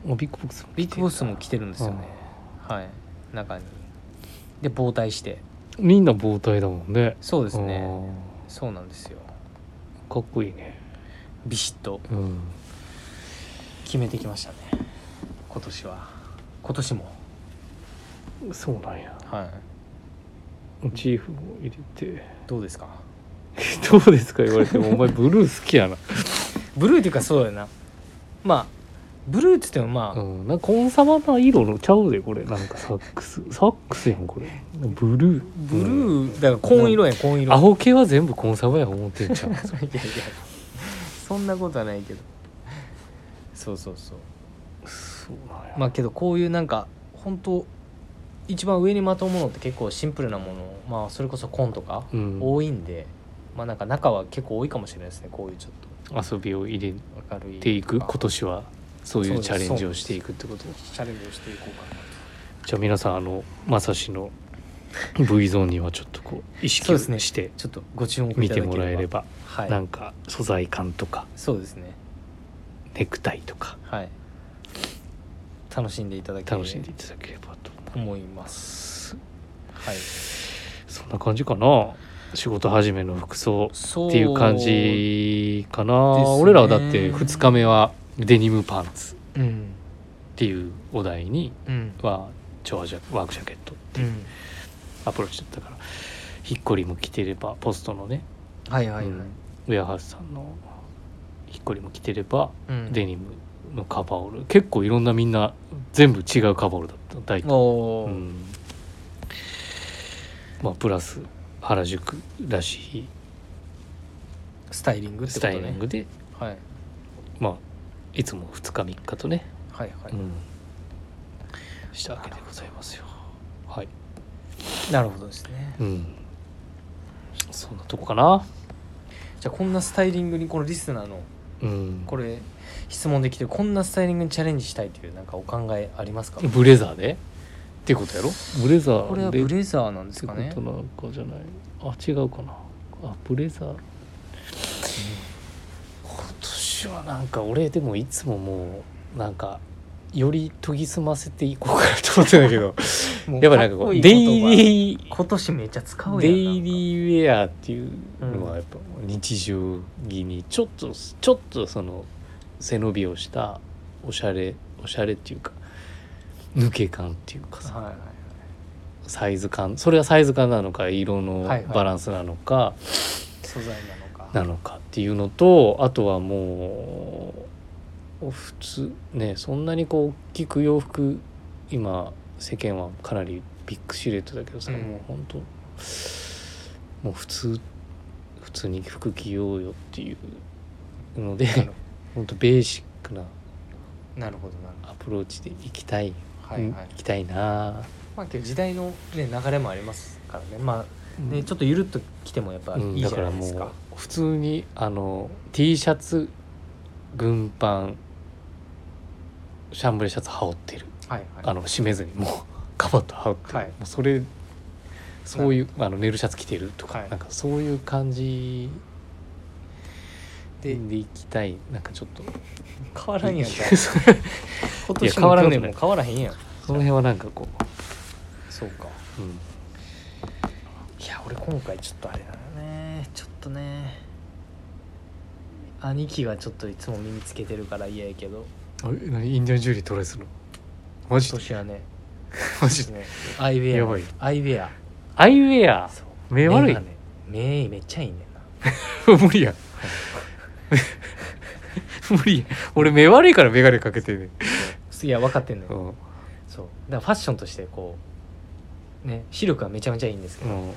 Speaker 1: あビッグボスも
Speaker 2: ビッグボスも着てるんですよねはい中にで膨大して
Speaker 1: みんな膨体だもんね
Speaker 2: そうです
Speaker 1: あ
Speaker 2: ね
Speaker 1: ー
Speaker 2: そうなんですよ
Speaker 1: かっこいいね
Speaker 2: ビシッと
Speaker 1: うん
Speaker 2: 決めてきましたね今年は今年も
Speaker 1: そうなんや
Speaker 2: はい
Speaker 1: モチーフも入れて
Speaker 2: どうですか
Speaker 1: どうですか言われてもお前ブルー好きやな、
Speaker 2: ブルーっていうかそうだよなまあブルーって言ってもまあ、
Speaker 1: うん、なんかコンサバな色のちゃうでこれなんかサックスサックスやんこれブルー
Speaker 2: ブル
Speaker 1: うん
Speaker 2: ーだから紺色やん紺色
Speaker 1: アホ系は全部コンサバや思ってんちゃう
Speaker 2: いやいやそんなことはないけどそうそうそう
Speaker 1: そうなんや
Speaker 2: まあけどこういうなんか本当一番上にまとうものって結構シンプルなものまあそれこそ紺とか
Speaker 1: うん、
Speaker 2: 多いんで、まあなんか中は結構多いかもしれないですねこういうちょっ
Speaker 1: 遊びを入れ
Speaker 2: と明るい
Speaker 1: ていく今
Speaker 2: と
Speaker 1: 年はそうい
Speaker 2: そう
Speaker 1: う
Speaker 2: です
Speaker 1: チャレンジをしていくってこと
Speaker 2: チャレンジをしていこうかな
Speaker 1: じゃあ皆さんあのまさしの V ゾーンにはちょっとこう意識
Speaker 2: そう
Speaker 1: を
Speaker 2: ですね
Speaker 1: して
Speaker 2: ちょっとご注目いただ
Speaker 1: 見
Speaker 2: け
Speaker 1: て
Speaker 2: れ
Speaker 1: も
Speaker 2: ば
Speaker 1: らえれば
Speaker 2: はい
Speaker 1: なんか素材感とか
Speaker 2: そうですね
Speaker 1: ネクタイとか
Speaker 2: はい楽しんでいただければ
Speaker 1: 楽しんでいただければと思い
Speaker 2: 思いま
Speaker 1: ますす
Speaker 2: はい
Speaker 1: そんな感じかな仕事始めの服装
Speaker 2: そう
Speaker 1: っていう感じかな、
Speaker 2: ですね
Speaker 1: 俺らはだって2日目はデニムパンツ
Speaker 2: うん
Speaker 1: っていうお題に
Speaker 2: うん
Speaker 1: は長ワークジャケット
Speaker 2: うん
Speaker 1: アプローチだったからひっこりも着てればポストのね
Speaker 2: はいはいはい、
Speaker 1: うんウェアハウスさんのひっこりも着てれば、
Speaker 2: うん
Speaker 1: デニムのカバーオール結構いろんなみんな全部違うカバーオールだった大体、
Speaker 2: お
Speaker 1: う
Speaker 2: ー
Speaker 1: んまあプラス原宿らしい
Speaker 2: スタイリングって
Speaker 1: ス
Speaker 2: こ
Speaker 1: タ
Speaker 2: とね
Speaker 1: イリングで、
Speaker 2: はい、はい
Speaker 1: まあいつも2日3日とね、
Speaker 2: はい
Speaker 1: うんしたわけでございますよはい、
Speaker 2: なるほどですね
Speaker 1: うん、そんなとこかな
Speaker 2: じゃあこんなスタイリングにこのリスナーの
Speaker 1: うん、
Speaker 2: これ質問できてるこんなスタイリングにチャレンジしたいというなんかお考えありますか
Speaker 1: ブレザーでっていうことやろブレザーで
Speaker 2: これはブレザーなんで
Speaker 1: っ
Speaker 2: す
Speaker 1: てこ
Speaker 2: かね
Speaker 1: となのかじゃないあ違うかなあブレザー今年はなんか俺でもいつももうなんかより研ぎ澄ませていこうかなと思ってんだけど
Speaker 2: も う
Speaker 1: やっぱなんかこ
Speaker 2: っ
Speaker 1: う
Speaker 2: いい
Speaker 1: デ
Speaker 2: 言葉
Speaker 1: イリー
Speaker 2: 今年めっちゃ使うやん
Speaker 1: デイリーウェアっていうの
Speaker 2: う
Speaker 1: は
Speaker 2: ん
Speaker 1: やっぱ日常着にちょっとちょっとその背伸びをしたおしゃれおしゃれっていうか抜け感っていうか
Speaker 2: なん
Speaker 1: さ
Speaker 2: かはいはい
Speaker 1: サイズ感それはサイズ感なのか色の
Speaker 2: はいはい
Speaker 1: バランスなのか、
Speaker 2: 素材なのか
Speaker 1: なのかっていうのとあとはもう普通ねそんなにこう大きく洋服今世間はかなりビッグシルエットだけどさ、
Speaker 2: うん
Speaker 1: もう本当もう普通普通に服着ようよっていうので
Speaker 2: なる
Speaker 1: 本当ベーシックな
Speaker 2: なるほどなる
Speaker 1: アプローチでいきたい、
Speaker 2: ほどはいはい
Speaker 1: いきたいな
Speaker 2: まあけど時代の、ね、流れもありますからねまあねち
Speaker 1: ょ
Speaker 2: ょっとゆるっと来てもやっぱいいじゃ
Speaker 1: だから
Speaker 2: ないで
Speaker 1: も
Speaker 2: すか
Speaker 1: う普通にあの T シャツ軍パンシャンブレーシャツ羽織ってる、
Speaker 2: はい
Speaker 1: あ
Speaker 2: はい
Speaker 1: の締めずにもうカバッと羽織ってる、
Speaker 2: はい
Speaker 1: もうそれそういうあのネルシャツ着てるとか、
Speaker 2: はい
Speaker 1: なんかそういう感じで
Speaker 2: で
Speaker 1: いきたいなんかちょっと
Speaker 2: 変わらん やんか今
Speaker 1: いや
Speaker 2: 年
Speaker 1: 変わ
Speaker 2: も
Speaker 1: らん
Speaker 2: 去
Speaker 1: ことない
Speaker 2: 年も変わらへんやん
Speaker 1: その辺はなんかこ
Speaker 2: そうか
Speaker 1: う、うん、
Speaker 2: いや俺今回ちょっとあれだねちょっとね兄貴がちょっといつも身につけてるから嫌やけど
Speaker 1: あれ何インディアンジュリートライするのマジ
Speaker 2: 今
Speaker 1: で
Speaker 2: 年は ね
Speaker 1: マジで
Speaker 2: ねアイウ
Speaker 1: やばい
Speaker 2: ェアアイウェア
Speaker 1: アイウェア
Speaker 2: そう
Speaker 1: 目悪い
Speaker 2: 眼鏡目めっちゃいいねん な
Speaker 1: 無理や無理や俺目悪いから眼鏡かけてんねん
Speaker 2: そういや分かってんのよ
Speaker 1: うん
Speaker 2: そうだからファッションとしてこうね視力はめちゃめちゃいいんですけ
Speaker 1: う
Speaker 2: ど、
Speaker 1: ん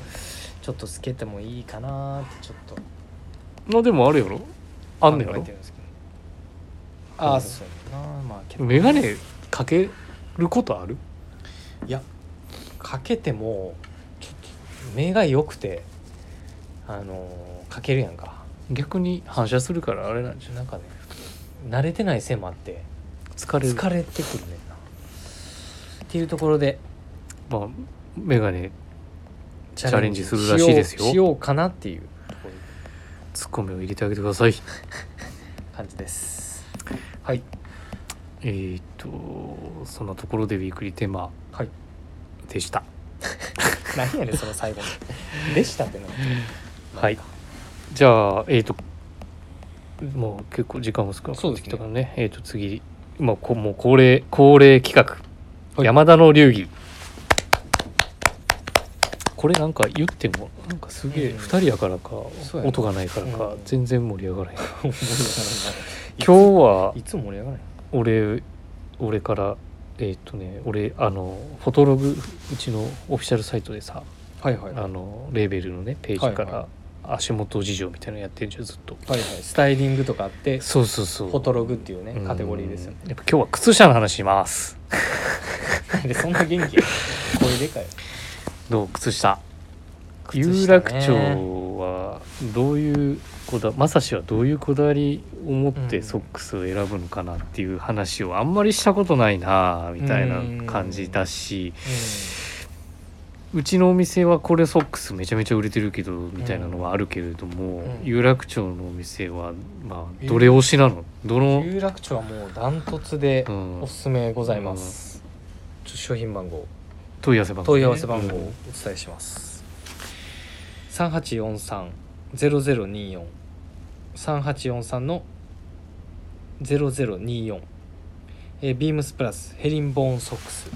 Speaker 2: ちょっとつけてもいいかなーってちょっと
Speaker 1: まあでもあるやろあんねや
Speaker 2: 考え
Speaker 1: ろ
Speaker 2: てるんですけど
Speaker 1: あ
Speaker 2: あ
Speaker 1: ー
Speaker 2: あそうやなまあけど
Speaker 1: 眼鏡かけることある
Speaker 2: いやかけてもちょっと目が良くてあのーかけるやんか
Speaker 1: 逆に反射するからあれなんじゃない
Speaker 2: なんかね慣れてないせいもあって
Speaker 1: 疲れる
Speaker 2: 疲れてくるねんなっていうところで
Speaker 1: まあ眼鏡
Speaker 2: チ
Speaker 1: ャレンジするらしいですよ
Speaker 2: しようしようかなっていうところ
Speaker 1: ツッコミを入れてあげてください
Speaker 2: 感じですはい
Speaker 1: えーっとそんなところでウィークリーテーマ
Speaker 2: はい
Speaker 1: でした
Speaker 2: 何やねんその最後の でしたっての
Speaker 1: はいじゃあえーっともう結構時間も少なく
Speaker 2: そ
Speaker 1: な
Speaker 2: う
Speaker 1: っ
Speaker 2: で
Speaker 1: て
Speaker 2: す
Speaker 1: きた
Speaker 2: ね
Speaker 1: からねえーっと次まあこもう恒例恒例企画山田の流儀これなんか言ってもなんかすげえ
Speaker 2: うん
Speaker 1: 2人やからか
Speaker 2: そうやね
Speaker 1: 音がないからか
Speaker 2: うん
Speaker 1: 全然盛り上がらへん
Speaker 2: 今
Speaker 1: 今日はい
Speaker 2: つも盛り上がらない
Speaker 1: 俺俺からえーっとね俺あのフォトログうちのオフィシャルサイトでさ
Speaker 2: はいはい
Speaker 1: あのレーベルのねページか
Speaker 2: はいは
Speaker 1: ら足元事情みたいなのやってんじゃんずっと
Speaker 2: はいはいスタイリングとかあって
Speaker 1: そうそうそう
Speaker 2: フォトログっていうね
Speaker 1: うん
Speaker 2: カテゴリーですよね
Speaker 1: やっぱ今日は靴下の話します
Speaker 2: なんでそんな元 気声でかい
Speaker 1: どう靴下
Speaker 2: 靴下ね
Speaker 1: 有楽町はどういうこだまさしはどういうこだわりを持っ
Speaker 2: う
Speaker 1: て
Speaker 2: ん
Speaker 1: ソックスを選ぶのかなっていう話をあんまりしたことないなみたいな感じだしうちのお店はこれソックスめちゃめちゃ売れてるけどみたいなのはあるけれども
Speaker 2: うん
Speaker 1: 有楽町のお店はま
Speaker 2: え
Speaker 1: あどれ推しなのど
Speaker 2: う
Speaker 1: の
Speaker 2: ん、有楽町はもうダントツで
Speaker 1: うん
Speaker 2: おすすめございます、ちょ商品番号
Speaker 1: 問い合わせ番号
Speaker 2: 問
Speaker 1: ね
Speaker 2: い合わせ番号
Speaker 1: う
Speaker 2: をお
Speaker 1: ん
Speaker 2: 伝えします、3843-0024 3843の0024えービームスプラスヘリンボーンソックス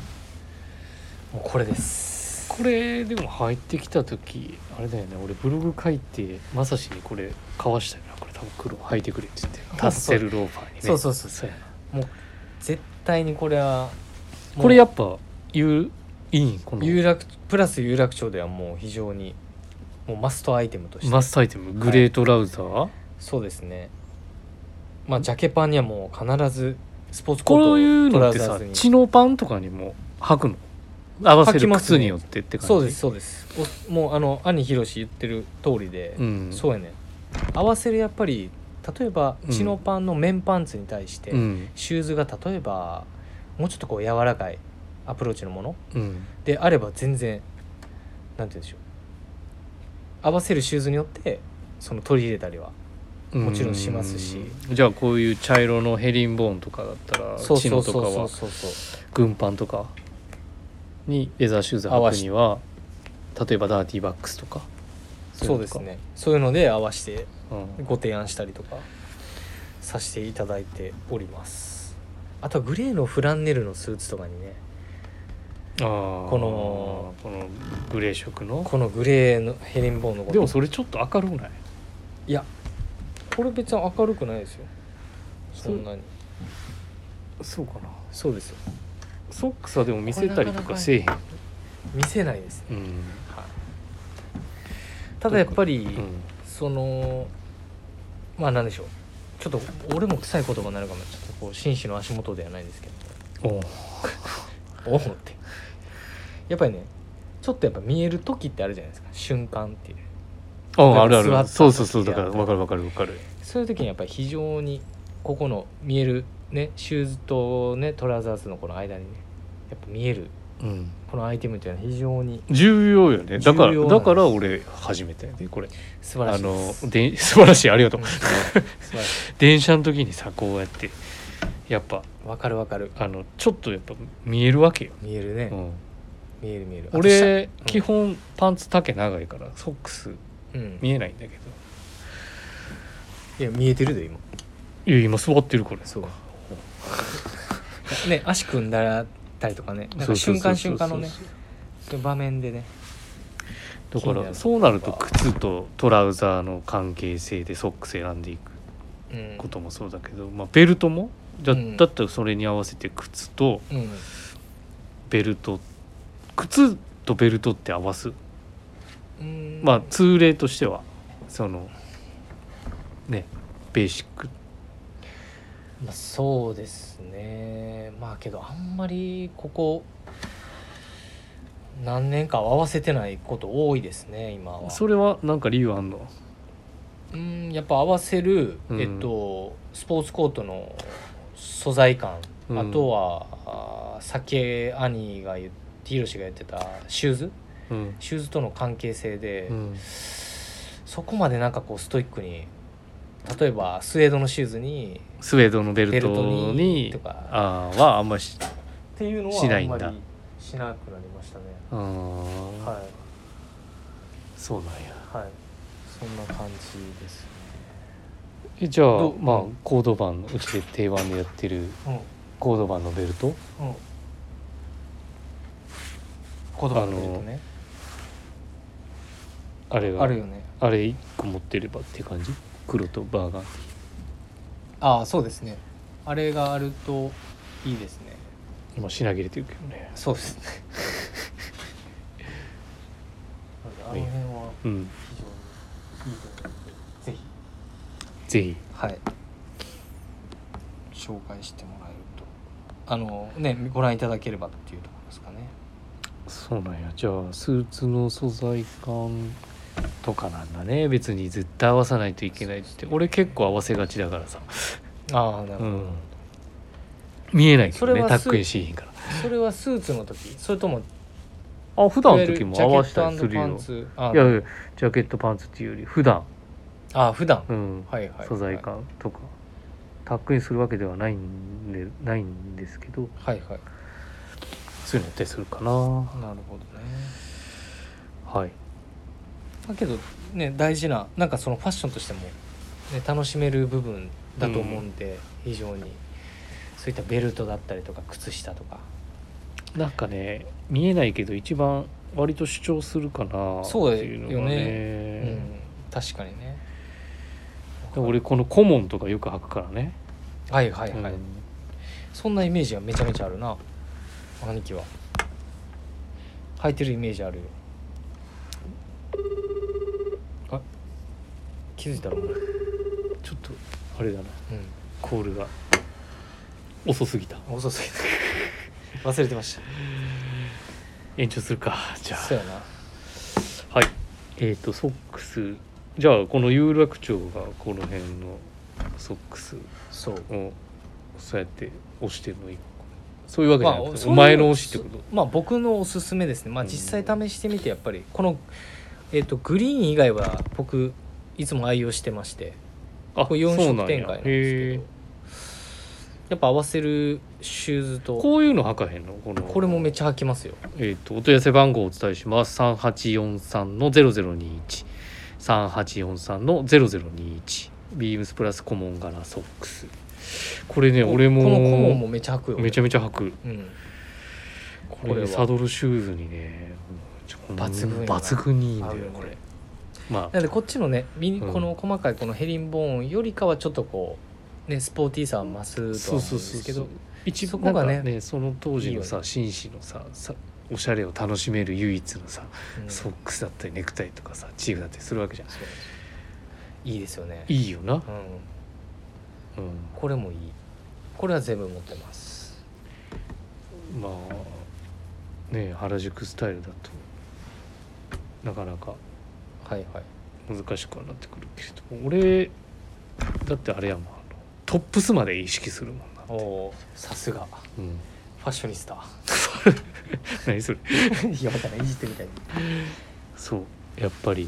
Speaker 2: もうこれです
Speaker 1: これでも入ってきた時あれだよね俺ブログ書いてまさしにこれ買わしたよなこれ多分黒履いてくれって言ってタッセルローファーにね
Speaker 2: そうそうそう
Speaker 1: そうやな
Speaker 2: 絶対にこれはもう
Speaker 1: これやっぱ言ういいんこの
Speaker 2: 有楽プラス有楽町ではもう非常にもうマストアイテムとして
Speaker 1: マストアイテムグレートラウザー、
Speaker 2: そうですねまあジャケパンにはもう必ずスポーツコート
Speaker 1: こういう
Speaker 2: ト
Speaker 1: の
Speaker 2: ラ
Speaker 1: っ
Speaker 2: ウ
Speaker 1: て
Speaker 2: ザー
Speaker 1: さ
Speaker 2: ズに
Speaker 1: チノパンとかにも履くの合わせ
Speaker 2: 履き
Speaker 1: る
Speaker 2: ますね
Speaker 1: 靴によってって感じ
Speaker 2: そうです、そうですおもうあの兄ひろし言ってる通りで、
Speaker 1: うん、
Speaker 2: そうやね合わせるやっぱり例えば
Speaker 1: うん
Speaker 2: チノパンの綿パンツに対して、
Speaker 1: うん
Speaker 2: シューズが例えばもうちょっとこう柔らかいアプローチのもの
Speaker 1: うん
Speaker 2: であれば全然なんて言うんでしょう合わせるシューズによってその取り入れたりはもちろんしますし
Speaker 1: うんじゃあこういう茶色のヘリンボーンとかだったら
Speaker 2: そう
Speaker 1: チ
Speaker 2: そ
Speaker 1: ノ
Speaker 2: うそ
Speaker 1: と
Speaker 2: う
Speaker 1: か
Speaker 2: そう
Speaker 1: は
Speaker 2: そうそう
Speaker 1: 軍パンとかにレザーシューズ履
Speaker 2: 合わ
Speaker 1: く
Speaker 2: せ
Speaker 1: には例えばダーティーバックスとか
Speaker 2: そうですねそういうので合わせて
Speaker 1: うん
Speaker 2: ご提案したりとかさせていただいておりますあとはグレーのフランネルのスーツとかにね
Speaker 1: あー
Speaker 2: この
Speaker 1: このグレー色の
Speaker 2: このグレーのヘリンボーンのこと
Speaker 1: でもそれちょっと明るくない
Speaker 2: いやこれ別に明るくないですよそんなに
Speaker 1: そうかな
Speaker 2: そうですよ
Speaker 1: ソックスはでも見せたりとかせえへん
Speaker 2: 見せないですね
Speaker 1: うん
Speaker 2: ただやっぱり、
Speaker 1: うん
Speaker 2: そのまあなんでしょうちょっと俺も臭い言葉になるかもちょっとこう紳士の足元ではないんですけ
Speaker 1: おう
Speaker 2: どおおってやっぱりねちょっとやっぱ見える時ってあるじゃないですか瞬間っていう
Speaker 1: おうあるあ
Speaker 2: 座った
Speaker 1: るそうそうそうだから
Speaker 2: 時や
Speaker 1: わかるわかるわかる
Speaker 2: そういう時にやっぱり非常にここの見えるねシューズとねトラウザーズのこの間にねやっぱ見える
Speaker 1: うん
Speaker 2: このアイテムっていうのは非常に
Speaker 1: 重要よねだか
Speaker 2: 重
Speaker 1: ら
Speaker 2: 要なんです
Speaker 1: だから俺初めてでこれ
Speaker 2: 素晴ら
Speaker 1: あ
Speaker 2: しいで
Speaker 1: の
Speaker 2: す
Speaker 1: で素晴らしいありがとう
Speaker 2: うん素晴らし
Speaker 1: 電車の時にさこうやってやっぱ
Speaker 2: いわかるわかる
Speaker 1: あのちょっとやっぱ見えるわけよ、
Speaker 2: 見えるね、
Speaker 1: うん、
Speaker 2: 見える見える
Speaker 1: 俺、
Speaker 2: うん
Speaker 1: 基本パンツ丈長いからソックス
Speaker 2: あと下うん、
Speaker 1: 見えないんだけど
Speaker 2: いや見えてるで今
Speaker 1: いや今座ってるこれ
Speaker 2: そうね足組んだったりとかねな
Speaker 1: そ
Speaker 2: んか
Speaker 1: うそうそう
Speaker 2: 瞬
Speaker 1: そう
Speaker 2: 間瞬間のね
Speaker 1: そう
Speaker 2: そういう場面でね
Speaker 1: だか
Speaker 2: 気にな
Speaker 1: ら
Speaker 2: る
Speaker 1: そうなると靴とトラウザーの関係性でソックス選んでいく
Speaker 2: うん
Speaker 1: こともそうだけど、まあ、ベルトもじゃ、
Speaker 2: うん
Speaker 1: だったらそれに合わせて靴と
Speaker 2: うん
Speaker 1: ベルト靴とベルトって合わす
Speaker 2: うん
Speaker 1: まあ通例としてはそのねベーシック
Speaker 2: まあそうですねまあけどあんまりここ何年かは合わせてないこと多いですね今は
Speaker 1: それはなんか理由あんの
Speaker 2: うんやっぱ合わせる、
Speaker 1: うん
Speaker 2: えっとスポーツコートの素材感、
Speaker 1: うん
Speaker 2: あとはあー酒兄が言ってヒロシが言ってたシューズ
Speaker 1: うん、
Speaker 2: シューズとの関係性で、
Speaker 1: うん、
Speaker 2: そこまでなんかこうストイックに例えばスウェードのシューズに
Speaker 1: スウェードのベ
Speaker 2: ベ
Speaker 1: ル
Speaker 2: ル
Speaker 1: ト
Speaker 2: トに
Speaker 1: に
Speaker 2: とか
Speaker 1: あーはあんまし
Speaker 2: っていうのは
Speaker 1: しな
Speaker 2: あ
Speaker 1: いん
Speaker 2: ん
Speaker 1: だ
Speaker 2: まりしなくなりましたね
Speaker 1: あー
Speaker 2: はい
Speaker 1: そうなんや
Speaker 2: はいそんな感じです
Speaker 1: えじゃあ
Speaker 2: どう
Speaker 1: まあ
Speaker 2: うん
Speaker 1: コードバンのうちで定番でやってる
Speaker 2: ね
Speaker 1: コードバンのベルト
Speaker 2: うんうん言葉のベルトね
Speaker 1: あれ
Speaker 2: あ
Speaker 1: が
Speaker 2: るよね
Speaker 1: あれ1個持ってればって感じ黒とバーガン
Speaker 2: ああそうですねあれがあるといいですね
Speaker 1: 今品切れてるけどね
Speaker 2: そうですねあの辺は
Speaker 1: うん
Speaker 2: 非常にいいと思うのでぜひ
Speaker 1: ぜひ
Speaker 2: はい紹介してもらえるとあのねご覧いただければっていうところですかね
Speaker 1: そうなんやじゃあスーツの素材感とかなんだね別に絶対合わさないといけないって俺結構合わせがちだからさ、
Speaker 2: ああなる
Speaker 1: う
Speaker 2: ほど、
Speaker 1: ん、見えないけ
Speaker 2: そ
Speaker 1: ど
Speaker 2: れ
Speaker 1: ね
Speaker 2: は
Speaker 1: タ
Speaker 2: ス
Speaker 1: ックインしへんから
Speaker 2: それはスーツの時それとも
Speaker 1: あ普段の時も
Speaker 2: いわゆ
Speaker 1: 合
Speaker 2: る
Speaker 1: わせたりする
Speaker 2: ジャケットパン
Speaker 1: よ
Speaker 2: ツあ
Speaker 1: いやいやジャケットパンツっていうより普段
Speaker 2: あ普段、
Speaker 1: うん
Speaker 2: はいはいはい
Speaker 1: 素材感とかタックインするわけではないんでないんですけど
Speaker 2: はいはい
Speaker 1: そういうのやったりするかな
Speaker 2: なるほどね
Speaker 1: はい
Speaker 2: だけどね大事ななんかそのファッションとしても、ね、楽しめる部分だと思うんで、非常にそういったベルトだったりとか靴下とか
Speaker 1: なんかね見えないけど一番割と主張するかなっていうのがね
Speaker 2: そうよねうん、確かにね
Speaker 1: で俺この顧問とかよく履くからね、
Speaker 2: はいはいはい、
Speaker 1: うん
Speaker 2: そんなイメージがめちゃめちゃあるな兄貴は履いてるイメージあるよあ気づいたらもう、うん、
Speaker 1: ちょっとあれだなコールが遅すぎた
Speaker 2: 遅すぎた 忘れてまし
Speaker 1: 延長するかじ
Speaker 2: た
Speaker 1: ゃ
Speaker 2: そうやな
Speaker 1: あはいえっ、とソックスじゃあこの有楽町がこの辺のソックス
Speaker 2: そう
Speaker 1: をそうやって押してるの一個そういうわけじゃな
Speaker 2: まあ
Speaker 1: くて、
Speaker 2: そういう
Speaker 1: お前の押しってこと
Speaker 2: まあ僕のおすすめですねまあ
Speaker 1: うん
Speaker 2: 実際試してみてやっぱりこの、えっとグリーン以外は僕いつも愛用してまして
Speaker 1: あ
Speaker 2: これ4
Speaker 1: そうな
Speaker 2: 色
Speaker 1: んや
Speaker 2: 展開なん
Speaker 1: へ
Speaker 2: ですけ
Speaker 1: え
Speaker 2: どやっぱ合わせるシューズと
Speaker 1: こういうの履かへんのこの
Speaker 2: これもめっちゃ履きますよ
Speaker 1: えー、とお問い合わせ番号をお伝えします3843の00213843の0021ビームスプラスコモンガラソックスこれね
Speaker 2: こ
Speaker 1: 俺も
Speaker 2: このコモンもめっちゃ履くよ
Speaker 1: めちゃめちゃ履く
Speaker 2: うん
Speaker 1: こ
Speaker 2: これ
Speaker 1: れ
Speaker 2: は
Speaker 1: サドルシューズにねちょっと
Speaker 2: 抜群やな
Speaker 1: 抜群にいいんだ
Speaker 2: 合う
Speaker 1: よ
Speaker 2: よね
Speaker 1: これま
Speaker 2: なんでこっちのねミニ
Speaker 1: うん
Speaker 2: この細かいこのヘリンボーンよりかはちょっとこうねスポーティーさは増すと
Speaker 1: あそ
Speaker 2: は思
Speaker 1: ううんそう
Speaker 2: で
Speaker 1: そう
Speaker 2: す
Speaker 1: そ
Speaker 2: け
Speaker 1: う
Speaker 2: ど
Speaker 1: 一
Speaker 2: そ
Speaker 1: 番
Speaker 2: こがね
Speaker 1: なんかねその当時のさ
Speaker 2: いいよね
Speaker 1: 紳士のささおしゃれを楽しめる唯一のさ、
Speaker 2: うん
Speaker 1: ソックスだったりネクタイとかさチーフだったりするわけじゃん
Speaker 2: そういいですよね
Speaker 1: いいよな、
Speaker 2: う
Speaker 1: う
Speaker 2: ん、
Speaker 1: ん、
Speaker 2: これもいいこれは全部持ってます
Speaker 1: まあね原宿スタイルだとなかなか
Speaker 2: はいはい
Speaker 1: 難しくはなってくるけれど俺だってあれやもんあのトップスまで意識するもんな、
Speaker 2: おおさすが
Speaker 1: うん、
Speaker 2: ファッショニス タ
Speaker 1: 何それ
Speaker 2: いやだからいじってみたい
Speaker 1: そうやっぱり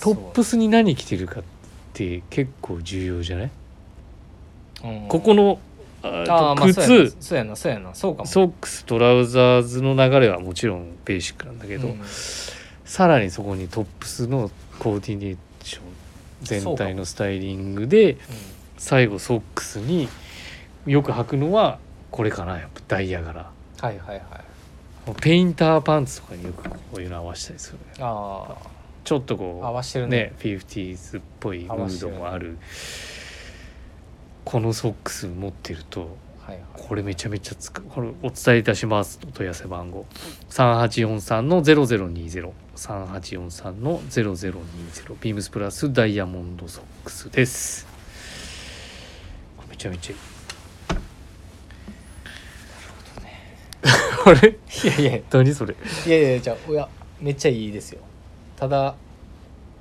Speaker 1: トップスに何着てるかって結構重要じゃない
Speaker 2: そううん
Speaker 1: ここのあ
Speaker 2: あーまあそうやな
Speaker 1: 靴
Speaker 2: そうやなそうやなそうかも
Speaker 1: ソックストラウザーズの流れはもちろんベーシックなんだけど、
Speaker 2: うん
Speaker 1: さらにそこにトップスのコーディネーション全体のスタイリングで最後ソックスによく履くのはこれかなやっぱダイヤ柄
Speaker 2: はいはいはい
Speaker 1: ペインターパンツとかによくこういうの合わせたりするね
Speaker 2: あ
Speaker 1: ちょっと
Speaker 2: あ合
Speaker 1: こ
Speaker 2: わして
Speaker 1: う
Speaker 2: るね
Speaker 1: ねフィフティーズっぽいム
Speaker 2: 合わせ
Speaker 1: ー
Speaker 2: て
Speaker 1: ド
Speaker 2: るね
Speaker 1: もあるこのソックス持ってると
Speaker 2: はいはい
Speaker 1: これめちゃめちゃつくこれお伝えいたしますお問い合わせ番号3843の00203843の0020ビームスプラスダイヤモンドソックスですこれめちゃめちゃいいなるほどね あ
Speaker 2: いやいや
Speaker 1: れ 何それ
Speaker 2: いやいやじゃあおやめっちゃいいですよただ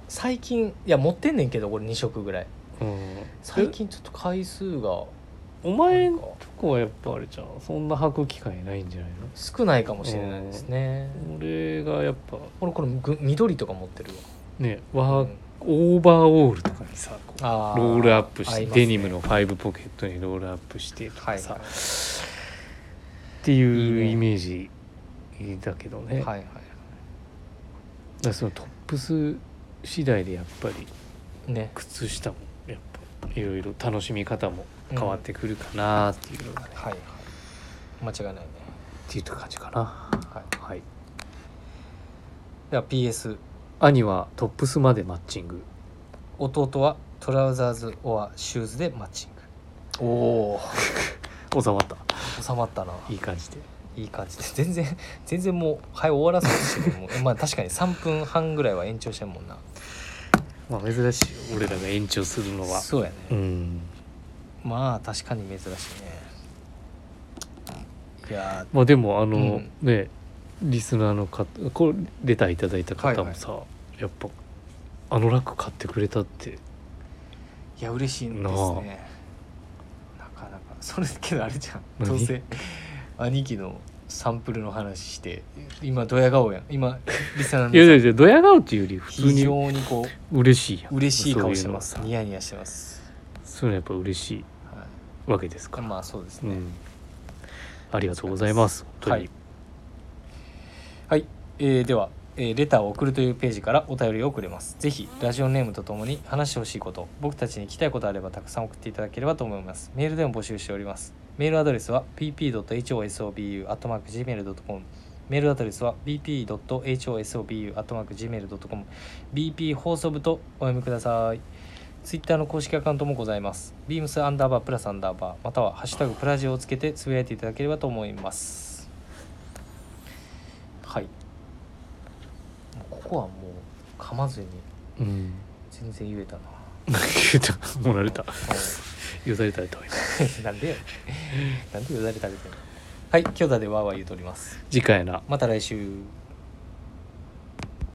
Speaker 2: 最近いや持ってんねんけどこれ2色ぐらい
Speaker 1: うん
Speaker 2: 最近ちょっと回数が
Speaker 1: お前んとこはやっぱあれじゃんそんな履く機会ないんじゃない
Speaker 2: 少ないかもしれないですね
Speaker 1: の俺がやっぱ
Speaker 2: 俺これぐ緑とか持ってるわ
Speaker 1: ねワー
Speaker 2: うん
Speaker 1: オーバーオールとかにさこう
Speaker 2: あ
Speaker 1: ロールアップし
Speaker 2: 合
Speaker 1: て、
Speaker 2: いますね
Speaker 1: デニムのファイブポケットにロールアップしてと
Speaker 2: は
Speaker 1: か
Speaker 2: い
Speaker 1: さ、
Speaker 2: は
Speaker 1: っていう
Speaker 2: いいね
Speaker 1: イメージだけどね
Speaker 2: いはい
Speaker 1: だ
Speaker 2: は
Speaker 1: からそのトップス次第でやっぱり
Speaker 2: いね
Speaker 1: 靴下もやっぱいろいろ楽しみ方も変わってくるかなっていうのがね、
Speaker 2: はいはい間違いないね
Speaker 1: っていう感じかな
Speaker 2: はい
Speaker 1: はい
Speaker 2: では PS
Speaker 1: 兄はトップスまでマッチング
Speaker 2: 弟はトラウザーズオアシューズでマッチングおお
Speaker 1: 収まった
Speaker 2: 収まったない
Speaker 1: い感じで
Speaker 2: いい感じで 全然全然もう早終わらせてるもん まあ確かに3分半ぐらいは延長してんもんな
Speaker 1: まあ珍しいよ俺らが延長するのは
Speaker 2: そうやね、
Speaker 1: うん
Speaker 2: まあ確かに珍しいねいや
Speaker 1: まあでもあの、
Speaker 2: うん
Speaker 1: ねリスナーの方これレターいただいた方もさ、やっぱあのラック買ってくれたって
Speaker 2: ーいや嬉しいんですねなかなかそれけどあれじゃんどう
Speaker 1: 何
Speaker 2: せ兄貴のサンプルの話して今ドヤ顔やん今リサナ
Speaker 1: いやいや
Speaker 2: ーの
Speaker 1: いやドヤ顔っていうより普通
Speaker 2: 非
Speaker 1: に
Speaker 2: 常にこ
Speaker 1: 嬉しいやん
Speaker 2: う嬉しい顔してます
Speaker 1: そういう
Speaker 2: ニ
Speaker 1: のは
Speaker 2: ヤニヤしてます、
Speaker 1: さそういうのはやっぱ嬉し
Speaker 2: はい
Speaker 1: わけですから、
Speaker 2: まあそうです
Speaker 1: う
Speaker 2: ね、
Speaker 1: ん、ありがとうございます本当に、
Speaker 2: はい、えーでは、えーレターを送るというページからお便りを送れますぜひラジオネームとともに話してほしいこと僕たちに聞きたいことあればたくさん送っていただければと思いますメールでも募集しておりますメールアドレスは bp.hosobu.gmail.com メールアドレスは bp.hosobu.gmail.com bp 放送部とお読みくださいツイッターの公式アカウントもございます。ビームスアンダーバープラスアンダーバーまたはハッシュタグプラジオをつけてつぶやいていただければと思います。はい。もうここはもう噛まず
Speaker 1: う
Speaker 2: に
Speaker 1: ん、
Speaker 2: 全然言えたな。
Speaker 1: 言うたもられた
Speaker 2: う
Speaker 1: よだれたりとか言って
Speaker 2: ん なんでよ。 なんでよだれ垂れてるのはい、今日だでわーわー言うとおります。
Speaker 1: 次回な
Speaker 2: また来週。